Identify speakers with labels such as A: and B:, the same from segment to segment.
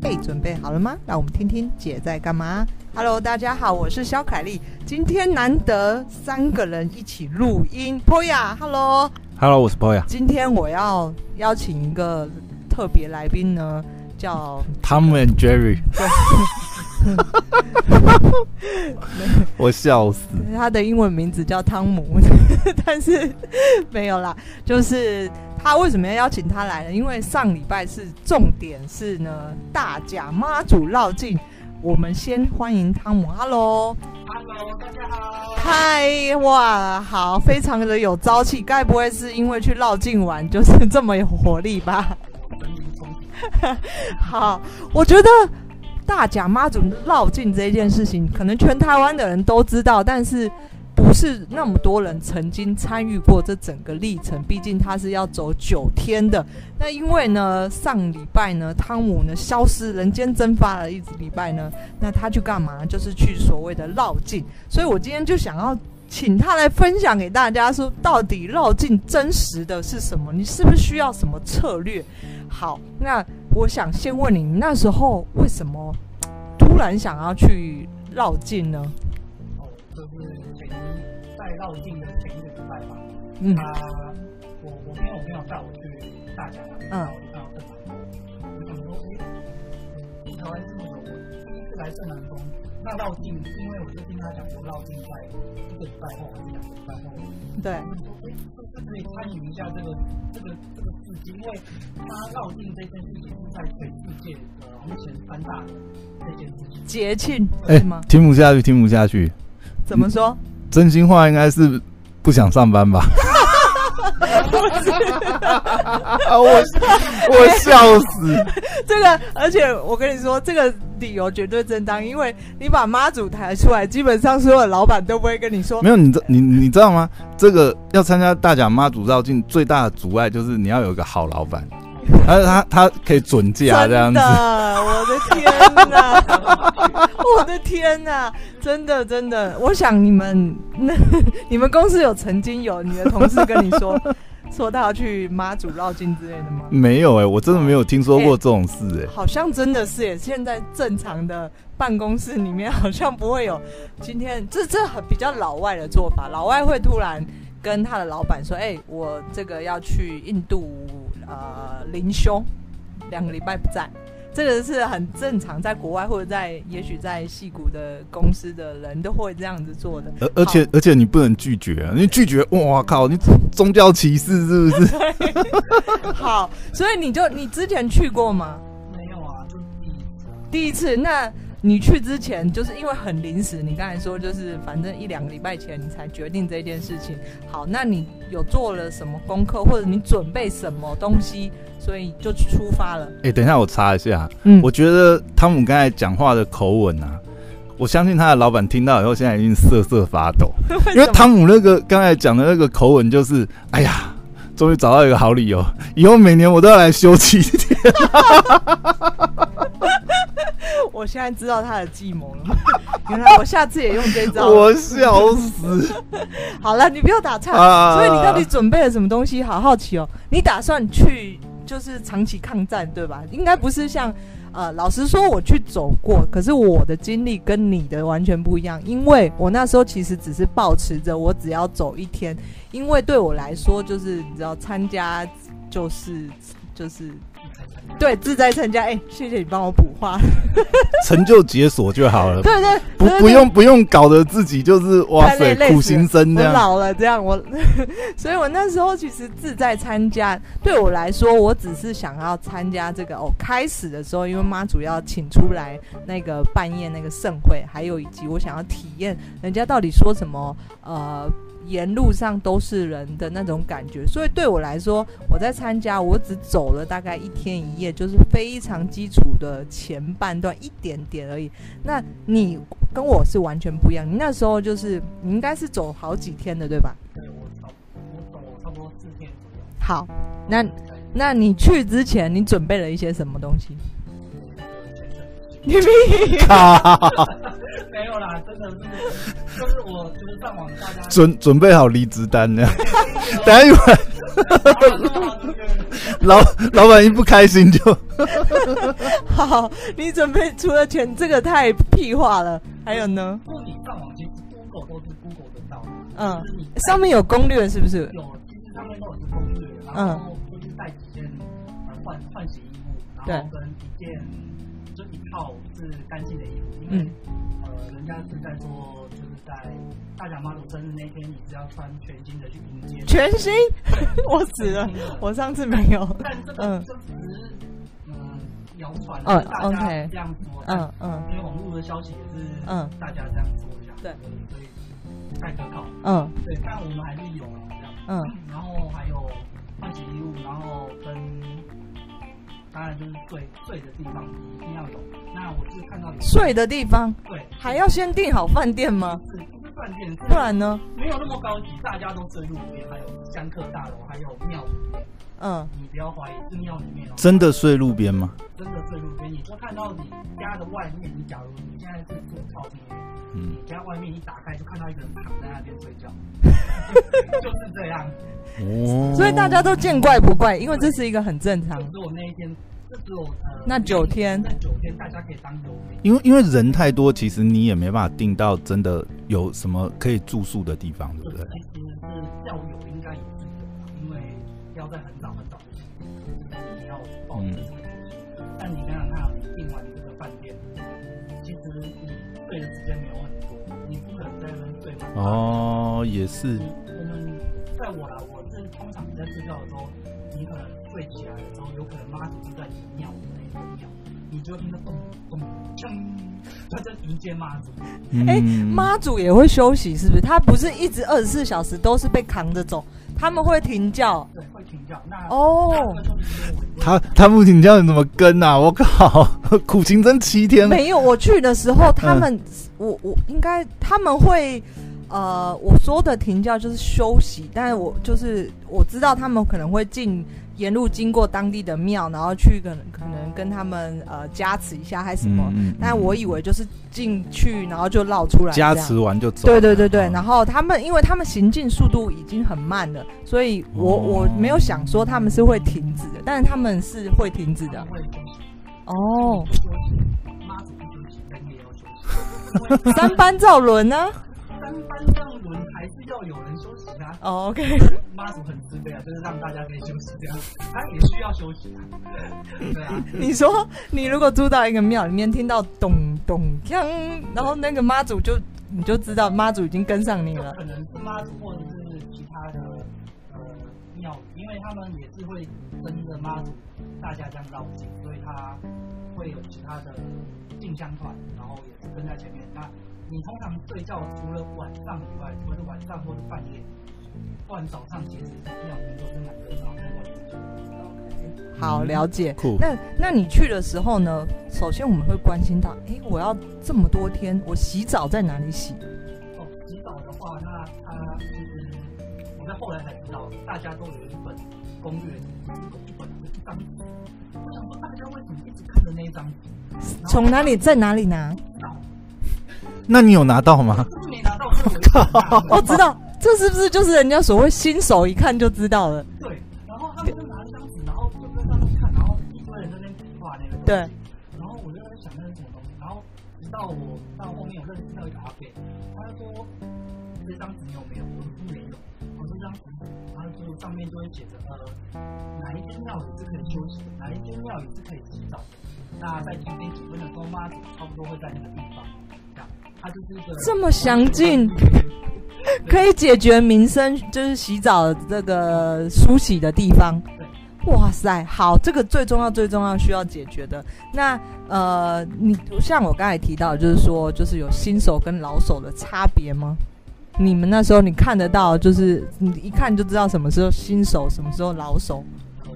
A: 备准备好了吗？让我们听听姐在干嘛。Hello，大家好，我是肖凯丽。今天难得三个人一起录音，Poya，Hello。
B: Hello，我是 Boya。
A: 今天我要邀请一个特别来宾呢，叫
B: 他们 Jerry，我笑死。
A: 他的英文名字叫汤姆， 但是 没有啦，就是他为什么要邀请他来呢？因为上礼拜是重点是呢，大甲妈祖绕境。我们先欢迎汤姆，Hello，Hello，大家好，嗨，哇，好，非常的有朝气，该不会是因为去绕境玩就是这么有活力吧？ 好，我觉得大甲妈祖绕境这件事情，可能全台湾的人都知道，但是不是那么多人曾经参与过这整个历程。毕竟它是要走九天的。那因为呢，上礼拜呢，汤姆呢消失人间蒸发了一礼拜呢，那他去干嘛？就是去所谓的绕境。所以我今天就想要。请他来分享给大家，说到底绕境真实的是什么？你是不是需要什么策略？好，那我想先问你，你那时候为什么突然想要去绕境呢？
C: 哦，就是前在绕境的前一个礼拜吧，
A: 嗯
C: 他啊我我朋友没有带我去大甲，
A: 嗯
C: 然后到正南宫，我想说，诶，台湾这么久，我第一次来正南宫，那绕境，因为我就听他讲说绕境在一个礼拜后还是两个礼拜后，
A: 对，
C: 我就说，诶，是不是可以参与一下这个这个这个事情？因为他绕境这件事情是在全世界的好像前三大的这件事情，
A: 节庆
B: 哎、
A: 是吗？
B: 听不下去，听不下去。
A: 怎么说？
B: 真心话应该是不想上班吧？ 我我笑死。
A: 这个，而且我跟你说，这个理由绝对正当，因为你把妈祖抬出来，基本上所有的老板都不会跟你说
B: 没有你知你你知道吗？这个要参加大甲妈祖绕境，最大的阻碍就是你要有一个好老板，他他他可以准假这样
A: 真
B: 子
A: 的，。我的天哪！ 我的天哪！真的真的，我想你们 那你们公司有曾经有你的同事跟你说说他要去妈祖绕境之类的吗？
B: 没有哎、我真的没有听说过这种事哎、
A: 好像真的是耶，现在正常的办公室里面好像不会有今天这这很比较老外的做法，老外会突然跟他的老板说：“哎、我这个要去印度呃灵修，两个礼拜不在。”这个是很正常，在国外或者在也许在戏谷的公司的人都会这样子做的。
B: 而而且而且你不能拒绝、啊，你拒绝，哇靠，你宗教歧视是 不是？
A: 好，所以你就你之前去过吗？
C: 没有啊，就是第一次。
A: 第一次，那你去之前就是因为很临时，你刚才说就是反正一两个礼拜前你才决定这件事情。好，那你有做了什么功课，或者你准备什么东西，所以就出发了？
B: 哎、等一下我查一下，
A: 嗯
B: 我觉得汤姆刚才讲话的口吻啊，我相信他的老板听到以后，现在已经瑟瑟发 抖，因为汤姆那个刚才讲的那个口吻就是，哎呀，终于找到一个好理由，以后每年我都要来休息。
A: 我现在知道他的计谋了， 原来我下次也用这招。
B: 我笑死
A: 好了，你不要打岔。
B: 啊！
A: 所以你到底准备了什么东西？好好奇哦。你打算去就是长期抗战对吧？应该不是像呃，老实说，我去走过，可是我的经历跟你的完全不一样，因为我那时候其实只是抱持着我只要走一天，因为对我来说就是你知道参加就是 就是。对，自在参加。哎、谢谢你帮我补话。
B: 成就解锁就 好了，
A: 对对，
B: 不
A: 对
B: 不
A: 对
B: 用不用搞得自己就是哇
A: 太累
B: 塞
A: 累
B: 苦
A: 死了
B: 行僧这
A: 我
B: 样。
A: 老了，这样我， 所以我那时候其实自在参加。对我来说，我只是想要参加这个哦。开始的时候，因为妈祖要请出来那个半夜那个盛会，还有以及我想要体验人家到底说什么，呃。沿路上都是人的那种感觉，所以对我来说，我在参加，我只走了大概一天一夜，就是非常基础的前半段一点点而已。那你跟我是完全不一样。你那时候就是你应该是走好几天的，对吧？
C: 对我差不多我走差不多四天左右，
A: 好，那那你去之前你准备了一些什么东 西？你屁
C: 没有啦，真的是，就是我就是上网大家
B: 准准备好离职单这样，等一下一会儿
C: 查到那个
B: 老老板一不开心就
A: 好，你准备除了钱这个太屁话了，还有呢？
C: 不过你上网其实 Google 都是 Google 得到的，
A: 嗯
C: 就是你，
A: 上面有攻略是不是？
C: 有其实上面都有是攻略，然后
A: 嗯
C: 就是带几件呃换换洗衣服，然后跟一件就一套是干净的衣服，因为、
A: 嗯
C: 呃人家是在做就是在大甲妈祖生日那天，你是要穿全新的去迎接。
A: 全新， 我死了，我上次没有。
C: 但这个
A: 嗯
C: 这只是嗯谣传，
A: 嗯
C: 就是大家
A: OK
C: 这样说，
A: 嗯嗯
C: 因为网络的消息也是
A: 嗯
C: 大家这样说一下，
A: 对，
C: 所以不太可靠。
A: 嗯
C: 对，但我们还是有啊，这样。
A: 嗯
C: 然后还有换洗衣物，然后跟当然就是睡睡的地方一定要有。那我是看到有
A: 睡的地方
C: 对，
A: 还要先订好饭店吗？
C: 是不是饭店？
A: 不然呢？
C: 没有那么高级，大家都睡路边，还有香客大楼，还有庙里面。
A: 嗯
C: 你不要怀疑是庙里面哦，
B: 真的睡路边吗？
C: 真的睡路边，你就看到你家的外面。你假如你现在是住靠近那边，
B: 嗯
C: 你家外面一打开就看到一个人躺在那边睡觉，就是这样。
B: 哦，
A: 所以大家都见怪不怪，因为这是一个很正常
C: 就。只有那一天，就只有呃，
A: 那九天
C: 那九天大家可以当游民。
B: 因为因为人太多，其实你也没办法订到真的有什么可以住宿的地方，对
C: 就
B: 不
C: 是
B: 对？
C: 其实是校友应该也是有啦，因为要在很早很早就订，但是你要保持这个体系。但你想想看，你订完这个饭店，其实你睡的时间没有很多，你不可能在那边睡满。
B: 哦，也是
C: 你，我们在我啦，我是通常你在睡觉的时候，你可能睡起来的时候，有可能妈祖就在你尿的那个尿，你就听到咚咚锵，他在迎接妈祖。
A: 哎
B: 嗯，
A: 妈祖也会休息，是不是？他不是一直二十四小时都是被扛着走，他们会停教。
C: 对，会停掉。那
A: 哦
C: 那就就是我
B: 他他不请教你怎么跟啊？我靠，苦行僧七天，嗯
A: 没有，我去的时候，他们，我我应该他们会，呃，我说的停教就是休息，但是我就是我知道他们可能会进沿路经过当地的庙，然后去可能可能跟他们呃加持一下还是什么，
B: 嗯嗯嗯
A: 但我以为就是进去然后就绕出来这样
B: 加持完就走。
A: 对对对对，
B: 哦
A: 然后他们因为他们行进速度已经很慢了，所以我、
B: 哦
A: 我没有想说他们是会停止的，但是他们是会停止的
C: 不会休息，
A: 哦。
C: 不休息，妈祖不休息，人也要休息。因为
A: 三班造轮呢、
C: 三班上轮还是要有人休息啊。
A: 哦 OK，
C: 妈祖很慈悲啊，就是让大家可以休息这样，他也需要休息啊。对啊，
A: 你说你如果住到一个庙里面，听到咚咚锵，然后那个妈祖就你就知道妈祖已经跟上你
C: 就
A: 了。
C: 可能是妈祖或者是其他的呃庙宇，因为他们也是会跟着妈祖大家这样绕境，所以他会有其他的进香团，然后也是跟在前面。那你通常睡觉除了晚上以外，除了晚上或者半夜，不然早上其实庙里面都是蛮热闹的。或者是
A: 好，了解。
B: 酷，
A: 那那你去的时候呢？首先我们会关心到，诶，我要这么多天，我洗澡在哪里洗？
C: 哦，洗澡的话，那他其实我在后来才知道，大家都有一本攻略，一本一张纸。我想说，大家为什么一直看着那一张纸？
A: 从哪里在哪里拿？
B: 那你有拿到吗？
C: 就是没拿到，所以我靠！
A: 我哦知道，这是不是就是人家所谓新手一看就知道了？
C: 对，然后他们就拿一张纸，然后就在上面看，然后一堆人在那边比划那个东西。
A: 对。
C: 然后我就在想那是什么东西，然后直到我到后面有认识到一个阿伯，他就说这张纸你有没有？我说没有。我说这张纸，然后就上面就会写着呃哪一间庙宇是可以休息的，哪一间庙宇是可以洗澡的。那在今天几分的时候，妈祖差不多会在那个地方，这样。他就是一个
A: 这么详尽
C: 对
A: 可以解决民生，就是洗澡这个梳洗的地方。哇塞，好，这个最重要、最重要需要解决的。那呃，你像我刚才提到，就是说，就是有新手跟老手的差别吗？你们那时候你看得到，就是你一看就知道什么时候新手，什么时候老手。
C: 呃，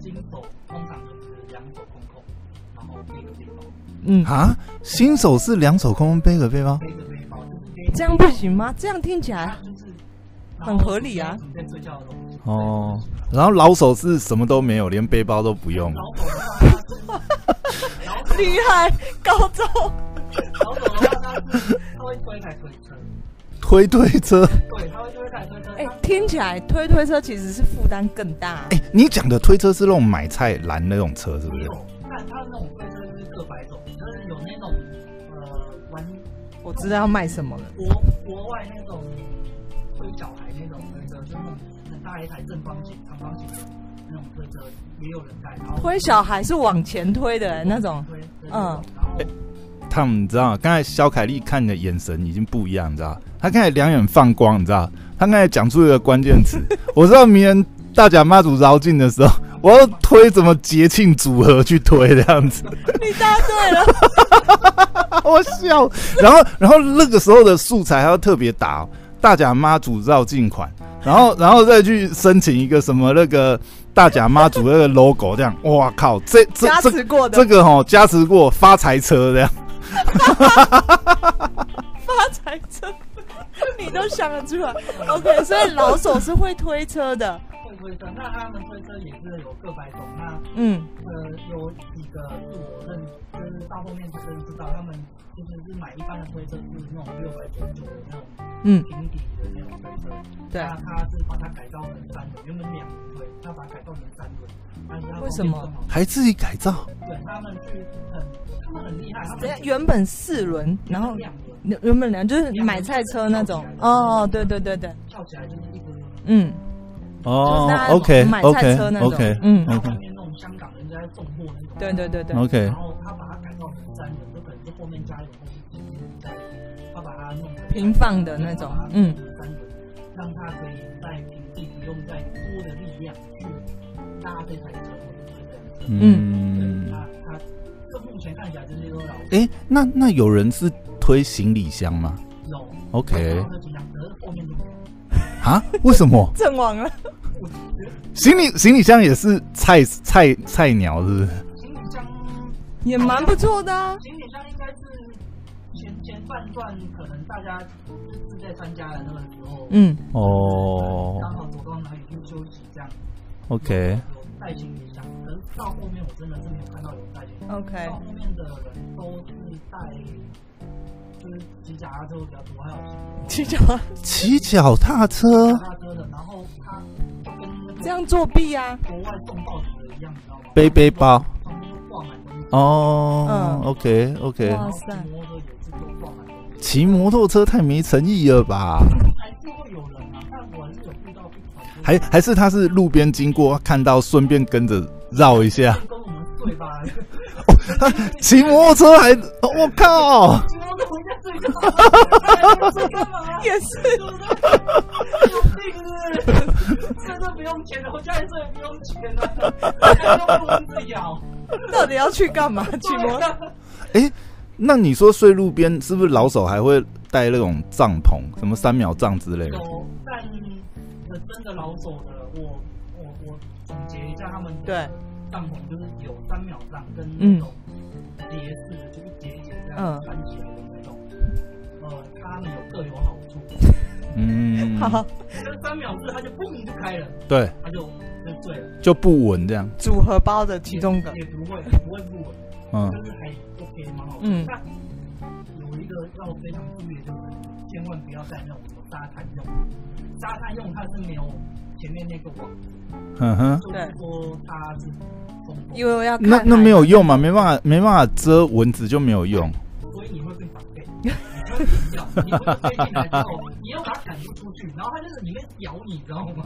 C: 金手通常就是两手空空，然后背个背包，
A: 嗯，
B: 啊，新手是两手空空背个背包，
C: 背着背包就是背
A: 这样不行吗？这样听起来
C: 它就是然后
A: 很合理啊
C: 准备睡觉的东西。
B: 哦，然后老手是什么都没有，连背包都不用。
C: 老手的话，它是
A: 啊
C: 老手
A: 厉害，高中
C: 老手的话，它是它会推一台推车，
B: 推推车。
C: 对，他会就会开始推车。
A: 哎、
C: 他
A: 听起来推推车其实是负担更大。
B: 哎、你讲的推车是那种买菜拦那种车，是不
C: 也
B: 是？
C: 有，但他那种推车就是各百种，就是有那种呃玩
A: 我知道要卖什么了。
C: 国国外那种推小孩那种推车，就是那种很大一台正方形、长方形的那种推车，也有人带。然后
A: 推小孩是往前推的、那种，
C: 推，推
A: 嗯
C: 嗯，然后
B: 他们你知道，刚才小凯丽看你的眼神已经不一样，你知道？他刚才两眼放光，你知道？他刚才讲出一个关键词，我知道明人大甲妈祖绕境的时候，我要推怎么节庆组合去推这样 子，
A: 你答对了。
B: 我笑。然后，然后那个时候的素材还要特别打、哦、大甲妈祖绕境款，然后， 然后再去申请一个什么那个大甲妈祖那个 logo 这样，哇靠，这这
A: 加
B: 这
A: 持过的
B: 这个哈、加持过发财车这样。
A: 发财车，你都想得出 来。OK，所以老手是会推车的。
C: 会推车，那他们推车也是有各百种。那
A: 嗯，
C: 呃，有几个是我认，就是到后面才认知道，他们其实是买一般的推车，是那种六百九十九的那种，
A: 嗯
C: 平底的那种推车。
A: 对
C: 那他是把它改造成三轮，原本两轮推，他把它改造成三轮。但是他
A: 为什么
C: 旁边正好
B: 还自己改造，
C: 对，他们去很，他们很厉害，他
A: 等一下
C: 们
A: 原本四轮，然后
C: 两个
A: 原本两就是买菜车那种。哦，对对对对，
C: 跳起来就是一个，
A: 嗯，
B: 哦
A: 就是大家
B: ，OK
A: 买菜
B: OK
A: 车那种
B: OK，
A: 嗯
C: 然后
B: OK
C: 旁边那种香港人家在送货那种，
A: 对对对对。
B: OK
C: 然后他把它改造成三轮，就可能是后面加一个东西，再他把它弄成
A: 平放的那种嗯，
C: 三轮，啊让它可以在平地不用再多的力量嗯去拉这台车，我就觉得这样子。
B: 嗯
C: 对，，那它这目前看起来这些都老
B: 哎、那那有人是推行李箱吗
C: 有
B: ？OK
C: 然后就讲，可是后面就没有，
B: 啊？为 什么
A: 阵亡了，
B: 行李行李箱也是菜菜菜鸟是不是？
C: 行李箱。
A: 也蛮不错的啊。
C: 行李箱应该是前前半段可能大家是在参加的那个时候，，
A: 嗯，
B: 哦
C: 刚好走到哪里去休息这样。
B: ，OK，
C: 有带行李箱，可是到后面我真的是没有看到有带行李箱。
A: OK
C: 到后面的人都是带，就是骑脚踏车比较多，还有
A: 骑脚
B: 骑脚踏车
C: 骑脚踏车的，然后他就跟那
A: 这
C: 个
A: 样作弊啊。
C: 国外送报纸的一样，你知道吗？
B: 背背包
C: 旁边都挂满东西，
B: 哦
A: 嗯
B: ，OK OK，
A: 哇
C: 然后
A: 塞
C: 骑摩托车也是都挂满东西。
B: 骑摩托车太没诚意了吧？
C: 还是会有人啊，但我还是有遇到一款，
B: 还还是他是路边经过看到，顺便跟着绕一下。
C: 跟我们睡 吧，
B: 骑摩托车还，哦我、靠！
C: 什么都不在 睡觉， 还
A: 也
C: 睡干嘛？
A: 是，
C: 有病是不是？睡都不用钱的，我家里睡也不用钱的，还用不蚊子咬，
A: 到底要去干嘛？骑摩托？
B: 哎、那你说睡路边是不是老手还会带那种帐篷，什么三秒帐之类的？
C: 有，但呃真的老手的，我我我总结一下他们
A: 对，
C: 帐篷就是有三秒帐跟那种叠式的，就是一节一节这样
A: 嗯
C: 穿起来的那种。呃，他们有各有好处。
B: 嗯，
A: 好，
C: 这三秒之后他就嘣就开了，
B: 对，
C: 他就就醉了，
B: 就不稳这样。
A: 组合包的其中一个。
C: 也不会也不会不稳，
B: 嗯，
C: 就是还 OK 哎蛮好。
A: 嗯
C: 但有一个要非常注意的就是，千万不要带那种什么沙滩用，沙滩用它是没有前面那个网，
B: 哼嗯哼，
C: 就是说它是封
A: 因
C: 封，
A: 为我要看
B: 那那
A: 海
B: 没有用嘛，没办法，没办法遮蚊子就没有用。
C: 所以你会被绑被，你会被咬，你会被进来之后，你要把它赶出出去，然后它就是里面咬你，知道吗？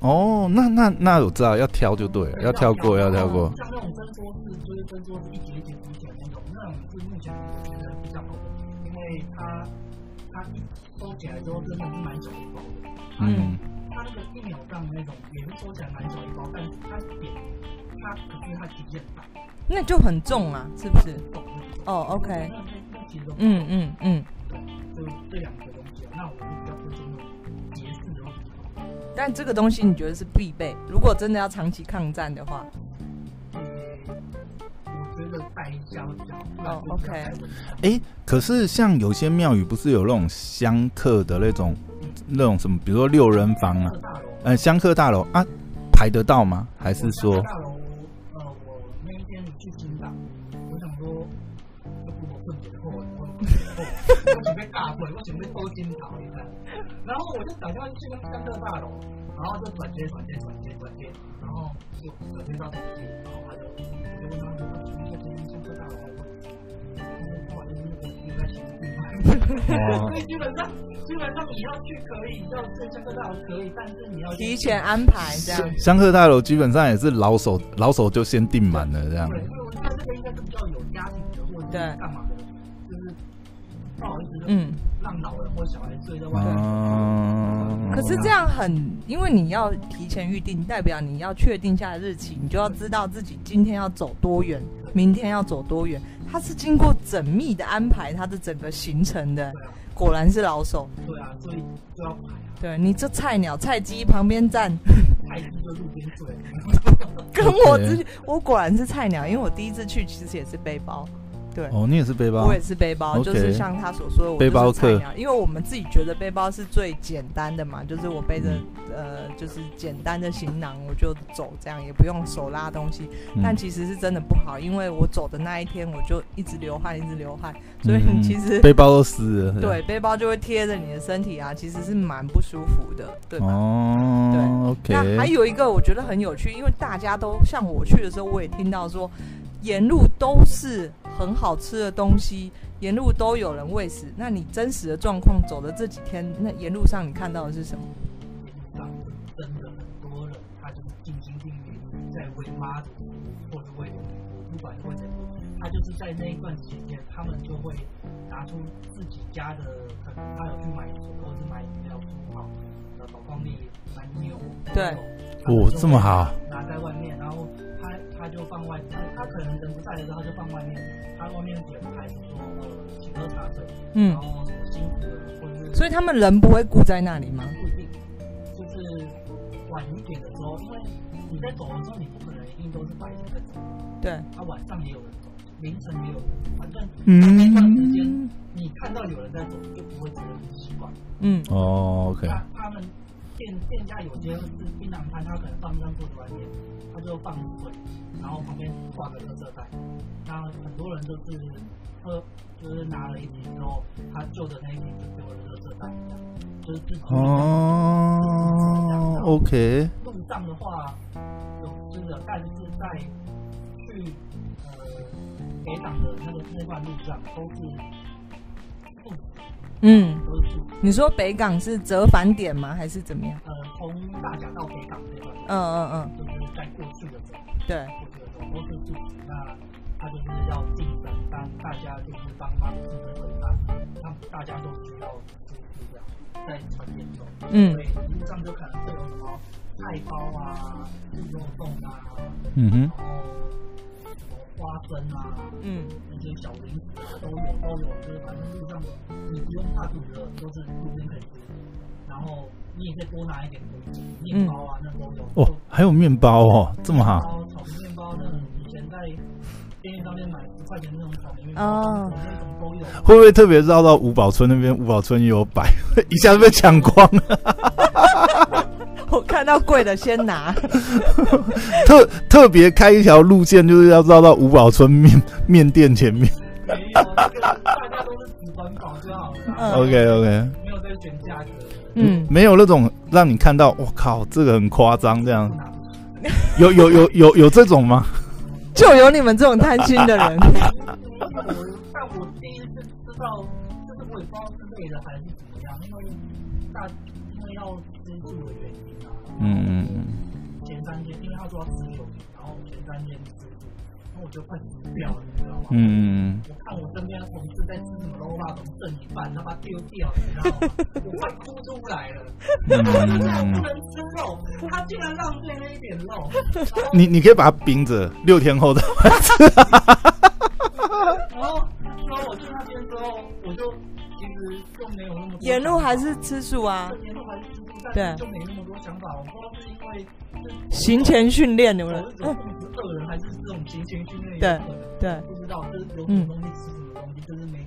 B: 哦，那那那我知道要挑就对了，要挑过，要挑过。
C: 像那种伸缩式，就是伸缩式一节一节一节那种，那种是目前我觉得比较好的，因为它它一收起来之后真的是蛮小一包的，
B: 嗯，
C: 它那个一秒杠那种也是收起来蛮小一包，但是它扁，它可是它体积很大，
A: 那就很重啊，是不是？
C: 懂
A: 哦，OK
C: 那那那其实都
A: 嗯嗯嗯，
C: 就这两个东西，那我会比较推荐那种节式的会比较好。
A: 但这个东西你觉得是必备？如果真的要长期抗战的话，
C: 呃我觉得带一下会比较好，不然
A: 哦
C: 就不要
A: ，OK
C: 带蚊香
B: 哎、可是像有些庙宇不是有那种香客的那种那种什么，比如说六人房啊
C: 这，个大楼
B: 呃，香客大楼啊，排得到吗？还是
C: 我
B: 说
C: 想，大楼，呃，我那一天去新港，我想说，这不我困觉后，我我我准备大会，我准备勾心讨论。然后我就打电话去那个三个大楼，然后就转接转接转接转接，然后就转接到重庆，然后他就我就问他说：“你这今天三个大楼还有问题吗？”他说：“不好意思，那个又在行动。” 所以基本上，基本上你要去可以，要去三个大楼可以，但是你要
A: 提前安排这样。
B: 香客大楼基本上也是老手老手就先订满了这样。
C: 对，因为我觉得这个应该是比较有家庭的或者
A: 对
C: 是干嘛的，就是不好意思，
A: 嗯，
C: 让老人或小孩睡在外面。嗯
B: 哦，
A: 可是这样很，因为你要提前预定，代表你要确定下日期，你就要知道自己今天要走多远，明天要走多远。他是经过缜密的安排，他的整个行程的，果然是老手。
C: 啊对啊，所以就要排啊，
A: 对你这菜鸟菜鸡旁边站，
C: 排一个路边睡。
A: 跟我
B: Okay
A: 之前我果然是菜鸟，因为我第一次去其实也是背包，对。
B: 哦，你也是背包
A: 我也是背包
B: OK
A: 就是像他所说的，我
B: 背包
A: 就是菜
B: 客
A: 鸟，因为我们自己觉得背包是最简单的嘛，就是我背着、
B: 嗯
A: 呃，就是简单的行囊我就走，这样也不用手拉东西。
B: 嗯
A: 但其实是真的不好，因为我走的那一天我就一直流汗，一直流汗，所以
B: 嗯
A: 其实、
B: 背包都湿了。
A: 对背包就会贴着你的身体啊，其实是蛮不舒服的，对吧？
B: 哦
A: 那还
B: ，OK，
A: 有一个我觉得很有趣，因为大家都像我去的时候，我也听到说，沿路都是很好吃的东西，沿路都有人喂食。那你真实的状况走的这几天，那沿路上你看到的是什么？
C: 真的很多人，他就是尽心尽力在为妈祖服务，或是为我们服务，不管是为谁服务，他就是在那一段期间，他们就会拿出自己家的，可能他有去买水，或是买饮料、珠宝、呃宝矿力、买牛，
A: 对
B: 哦，这么，好，
C: 拿在外面，然后他他就放外面，他可能人不在的时候他就放外面，他外面点牌子说，呃，请喝茶水，然
A: 嗯，
C: 后什么辛苦了，或者是
A: 所以他们人不会顾在那里吗？
C: 不一定，就是晚一点的时候，因为你在走的时候，你不可能一定都是白天在走，
A: 对，
C: 他、晚上也有人走，凌晨也有人走，反正那段时间
A: 嗯
C: 你看到有人在走，你就不会觉得很奇怪。
A: 嗯，
B: 哦，OK，
C: 那他们店店家有些是槟榔摊，他可能放一张桌子外面，他就放水，然后旁边挂个垃圾袋。那很多人就是喝，就是拿了一瓶之后，他就着那一瓶就丢了垃圾袋，这样就是自己
B: 哦，OK，
C: 路上的话，有真的，但是在去呃北港的那个那段路上都是树，
A: 嗯，
C: 都是树，
A: 你说北港是折返点吗？还是怎么样？
C: 呃，从大甲到北港这段路，
A: 嗯嗯嗯，
C: 就是在过去的时候，
A: 对，
C: 过去的时候都是树，那他就是要进山，但大家就是帮忙支持分担，那大家都需要支持这样，在船点中。
A: 嗯
C: 对，路上就可能会有什么菜包啊、猪肉冻啊，
B: 嗯哼，
C: 然后什么花生啊，
A: 嗯，
C: 那些小零食啊，都有都有，就是反正路上你不用怕肚子饿，都是路边可以吃。然后你也可以多拿一点东西，面
A: 嗯
C: 包啊那都有。
B: 哦，还有面包哦，这么
C: 然
B: 好，
C: 后炒面包那种以前在便利商店买十块钱那种炒面包，
A: 哦
C: 那种都有。
B: 会不会特别绕到五宝村那边？五宝村也有摆， 一下子被抢光 了。
A: 我看到贵的先拿，
B: 特特别开一条路线，就是要绕到五宝村面面店前面。
C: 没有，这个大家都是只环保就好了，
A: 嗯
B: OK OK，
C: 没有在选价格。
A: 嗯，
B: 没有那种让你看到，我靠，这个很夸张这样。有有有有有这种吗？
A: 就有你们这种贪心的人，
C: 我但我第一次知道，就是我也不知道是累了还是怎么样，因为大因为要吃住的原因啊，
B: 嗯，嗯
C: 前三天因为他说要吃六天，然后前三天吃住，那我就快死掉了，你知道吗？
B: 嗯，
C: 我看我身边的同事在吃什么肉霸总剩一半，他把它丢掉，你知道吗？我快哭出来了，
B: 嗯
C: 我真的
B: 嗯
C: 不能吃肉，他竟然浪费了一点肉，
B: 你你可以把它冰着，六天后的。
C: 然后然后我去那边之后，我就其实就没有那么多
A: 沿路还是吃素啊，
C: 沿路还是吃素，
A: 对
C: 但就没那么多想法，我不知道是因为
A: 行前训练你
C: 我
A: 们
C: 是，种肚子饿人，还是这种行前训练
A: 对
C: 有可能。
A: 对，
C: 不知道，就是有什么东西吃什么东西，就是没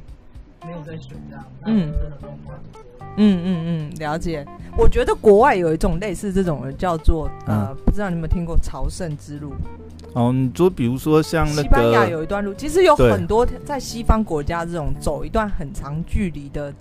C: 没有在选这样，那
A: 嗯
C: 真的弄不好就是
A: 嗯嗯嗯，了解。我觉得国外有一种类似这种的，叫做呃，不知道你有没有听过朝圣之路？
B: 哦，你说比如说像那
A: 西班牙
B: 个，
A: 有一段路，其实有
B: 对
A: 很多在西方国家这种走一段很长距离的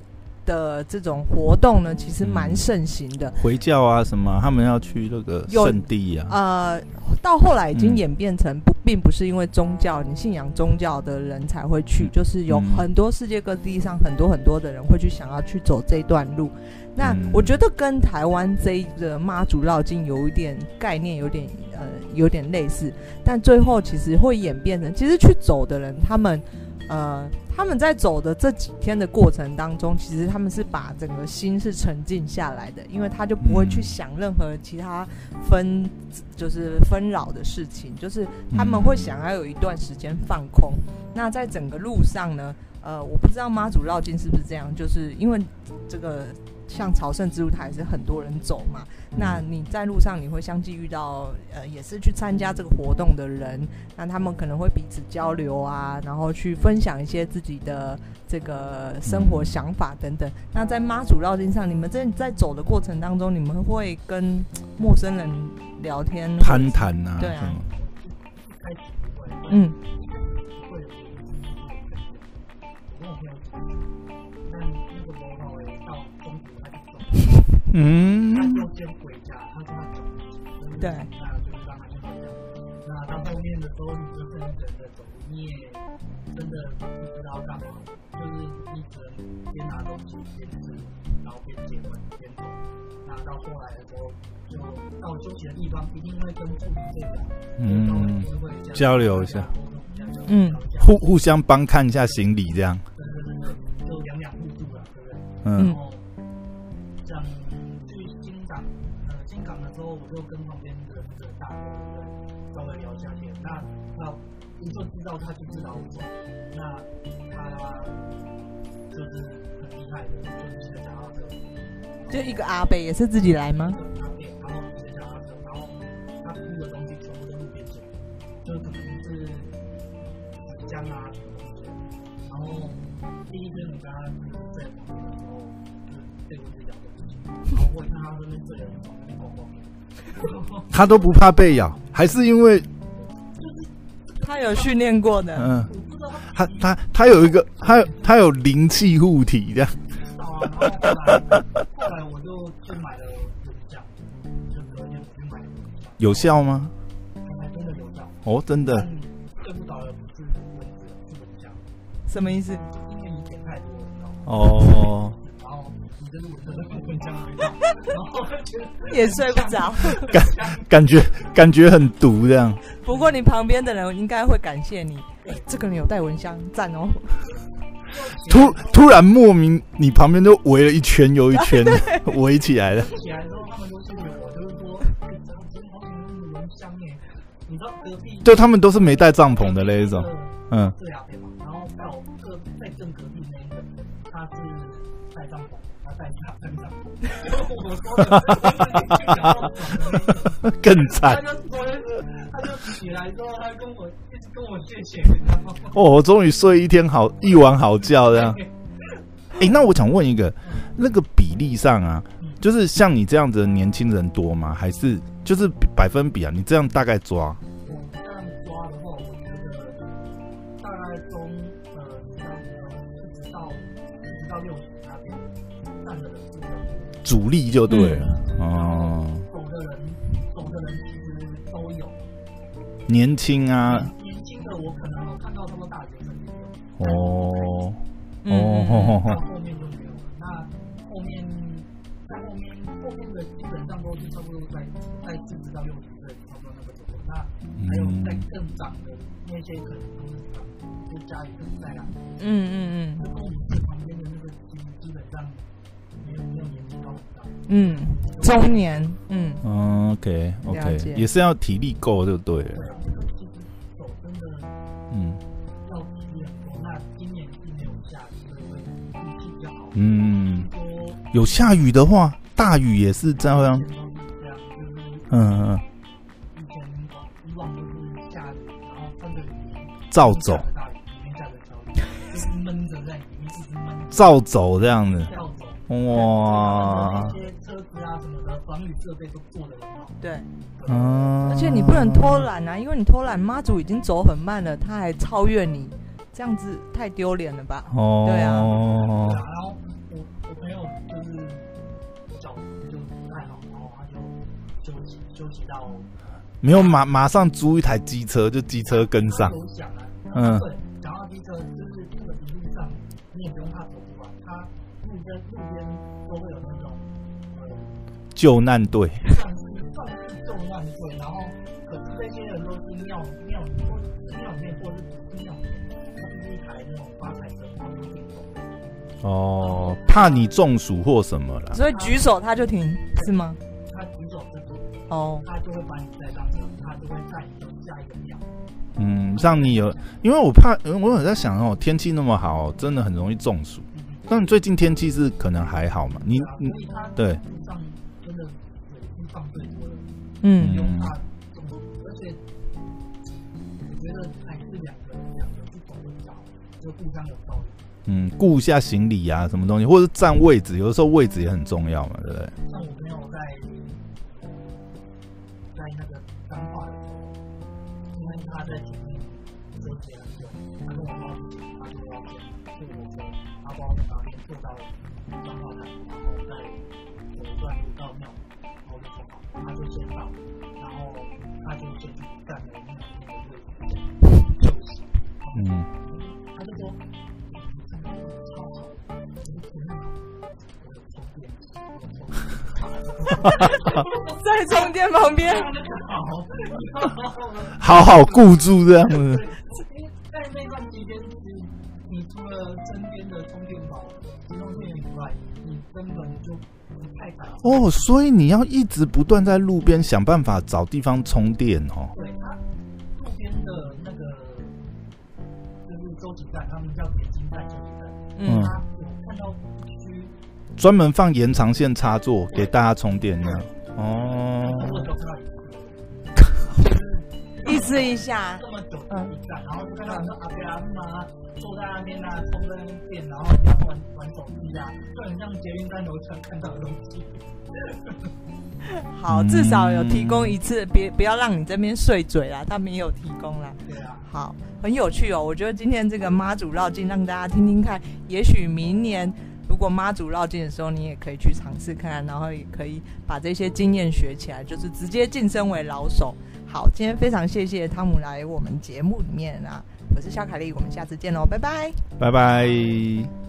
A: 的这种活动呢，其实蛮
B: 嗯
A: 盛行的。
B: 回教啊什么，他们要去那个
A: 有
B: 圣地啊，
A: 呃，到后来已经
B: 嗯
A: 演变成不，并不是因为宗教，你信仰宗教的人才会去，就是有
B: 嗯
A: 很多世界各地上很多很多的人会去想要去走这段路。那
B: 嗯
A: 我觉得跟台湾这一个妈祖绕境有一点概念，有点呃有点类似，但最后其实会演变成，其实去走的人他们。呃，他们在走的这几天的过程当中，其实他们是把整个心是沉静下来的，因为他就不会去
B: 嗯
A: 想任何其他分就是纷扰的事情，就是他们会想要有一段时间放空。那在整个路上呢，呃，我不知道妈祖绕境是不是这样，就是因为这个像朝圣之路，它也是很多人走嘛。那你在路上你会相继遇到呃，也是去参加这个活动的人，那他们可能会彼此交流啊，然后去分享一些自己的这个生
B: 嗯
A: 活想法等等。那在妈祖绕境上，你们在在走的过程当中，你们会跟嘖陌生人聊天
C: 嗯
A: 或者
B: 攀谈啊，
A: 对啊
B: 什么
C: 开始会
A: 嗯
C: 会有我跟我朋友一起去，但那个魔法我到中途他就走，
B: 嗯
C: 他就先回家，他说他走不起，
A: 对
C: 那就是让他先回家。那到后面的时候，你就剩一个人在走，你也真的不知道干嘛，就是你只能边拿东西边吃，然后边接吻边走。那到后来的时候，就到休息的地方，一定会跟父母这个，
B: 嗯，
C: 就会这样
B: 交流一下，
C: 沟通一下，交流
A: 嗯
C: 一下
B: 互互相帮看一下行李这样，
C: 就两两互助了，对不对？
B: 嗯
C: 然后像去金港，呃，金港的时候，我就跟旁边的那个大哥对稍微聊一下天。那那你就知道他就是老总，那他就是很厉害的，就是骑着脚踏车，
A: 就一个阿北也是自己来吗？
C: 然后然后骑着脚踏车，然后他铺的东西全部都路边捡，就可能是纸浆啊什么东西的。然后第一天你跟他就是在旁边的时候，就是对我自己讲对不起，然后我也看他这边这人从那边逛逛，
B: 他都不怕被咬，还是因为
A: 他有训练过的，
B: 嗯，他他他有一个他有他有灵气护体这 样，
C: 到啊，然后后来后来我就去买了蚊香，就隔天我去买了蚊香，
B: 有效吗？
C: 它还真的有效，嗯
B: 哦，真的
C: 但，最不倒的不是蚊子，是蚊香，
A: 什么意思？
C: 因为你捡太多了，你知道吗？
B: 哦，
C: 然后你真的闻到那个蚊香味道，然后觉得
A: 也睡不着。
B: 感感觉感觉很毒这样，
A: 不过你旁边的人应该会感谢你，哎这个人有带蚊香，赞哦。
B: 突突然莫名你旁边就围了一圈又一圈围起来了，
C: 起来之后，他们都是我，就是说，哎，真的好想那个蚊香耶！你知道隔壁
B: 就他们都是没带帐篷的那一种，嗯
C: 对啊，对吧？然后在我隔在正隔壁那一个，他是带帐篷，他带大分帐篷，我说的，
B: 更
C: 他
B: 惨
C: 就昨天他就起来之后，他跟我一直跟我谢谢，你知道吗？
B: 哦，我终于睡一天好一晚好觉这样。哎、那我想问一个，那个比例上啊，就是像你这样子的年轻人多吗？还是就是百分比啊？你这样大概抓，
C: 我这样抓的话，我觉得大概从呃四十到四十到六十那边占的人数比较多。
B: 主力就对了、哦。
C: 走的人，走的人其实都有。
B: 年轻啊，
C: 年轻的我可能有看到他们大学生也有，
B: 哦哦
A: 嗯嗯
B: 哦
C: 到
B: 哦，
C: 后面就没有了。那后面在后面后面的基本上都是差不多在在四十到六十岁差不多那个左右。那还有在更长的那些可能都是就家里人在啊，
A: 嗯
C: 就跟我们这旁边的那个其实基本上没有没有年纪到很大。
A: 嗯嗯，中年，嗯
B: 嗯，OK
A: 了
B: OK，
A: 解
B: 也是要体力够就对
C: 对
B: 了，
C: 啊，这个其实走真的。
B: 嗯
C: 要体验过，那今年是没有下雨，所以运气比较好。
B: 嗯，
C: 多
B: 有下雨的话，大雨也是这样，
C: 以前都是这样，就是
B: 嗯，嗯
C: 以前以往都是下雨，然后穿着雨衣，
B: 照走
C: 下着大雨，一边下着小雨，就是闷着在里面，一直闷
B: 照走这样子，
C: 着要走。
B: 哇
C: 所以他们的那，些车子啊什么的防雨设备都做得很好。
A: 对，
B: 啊！
A: 而且你不能偷懒啊，因为你偷懒，妈祖已经走很慢了，他还超越你，这样子太丢脸了吧？
B: 哦，
A: 对
C: 对
B: 啊，
C: 啊，然后我我朋友就是脚就不太好，然后他就休息休息到
B: 没有马马上租一台机车，就机车跟上
C: 他，有想啊，
B: 嗯
C: 对，然后第一个就是这个一路上你也不用怕走不完，它路边路边都会有那种呃
B: 救难队，
C: 像是像是重量队，然后可是这些人都是庙庙里或是庙里面或者是不是庙里面，它就是一台那种发财车，然后就运动。
B: 哦，怕你中暑或什么啦。
A: 所以举手他就停，是吗？
C: 他举手之后，
A: 哦，
C: 他就会把你带上车，他就会带你到下一个庙。
B: 嗯，像你有，因为我怕，嗯我有在想哦，天气那么好，真的很容易中暑。
C: 嗯
B: 但最近天气是可能还好嘛？你
C: 对啊，
B: 你
C: 所以他
B: 对，
C: 路上真的水是放最多的。
A: 嗯，
C: 用它动作，而且
B: 嗯
C: 我觉得还是两个两个不同的找，就互相有道理。
B: 嗯，顾一下行李啊，什么东西，或者是占位置，有的时候位置也很重要嘛，对不对？
C: 像我朋友在呃在那个彰化的时候，因为他在前面纠结很久，他跟我说他就要先坐火车，他把我从哪边坐到彰化站，然后再走一段路到庙，然后就说好，他就先到，然后他就先去站了那个那个位置休息。
B: 嗯，
C: 他就说，超好，我有充电，我有充电，
A: 在中间旁边，
C: 好。
B: 好好顾住这样子。
C: 因为在那段期间，其实你除了身边的充电宝、移动电源以外，你根本就不太敢。
B: 哦，所以你要一直不断在路边想办法找地方充电哦。
C: 对，它路边的那个就是收集站，他们叫点心站、收集站，
A: 嗯
B: 嗯，
C: 它有看到一区
B: 专门放延长线插座给大家充电这样。哦，
C: 我找不到一个
A: 意思一下，
C: 这么久的
A: 嗯
C: 一站，然后就看到很多阿伯阿姆啊坐在那边啊，充着电，然后人家玩玩手机啊，就很像捷运站楼层看到的东西。
A: 好，至少有提供一次，别不要让你这边碎嘴啦，他们也有提供啦。
C: 对啊，
A: 好，很有趣哦。我觉得今天这个妈祖绕境让大家听听看，也许明年如果妈祖绕境的时候，你也可以去尝试看看，然后也可以把这些经验学起来，就是直接晋升为老手。好，今天非常谢谢汤姆来我们节目里面啊，我是小凯丽，我们下次见喽，拜拜。
B: 拜拜。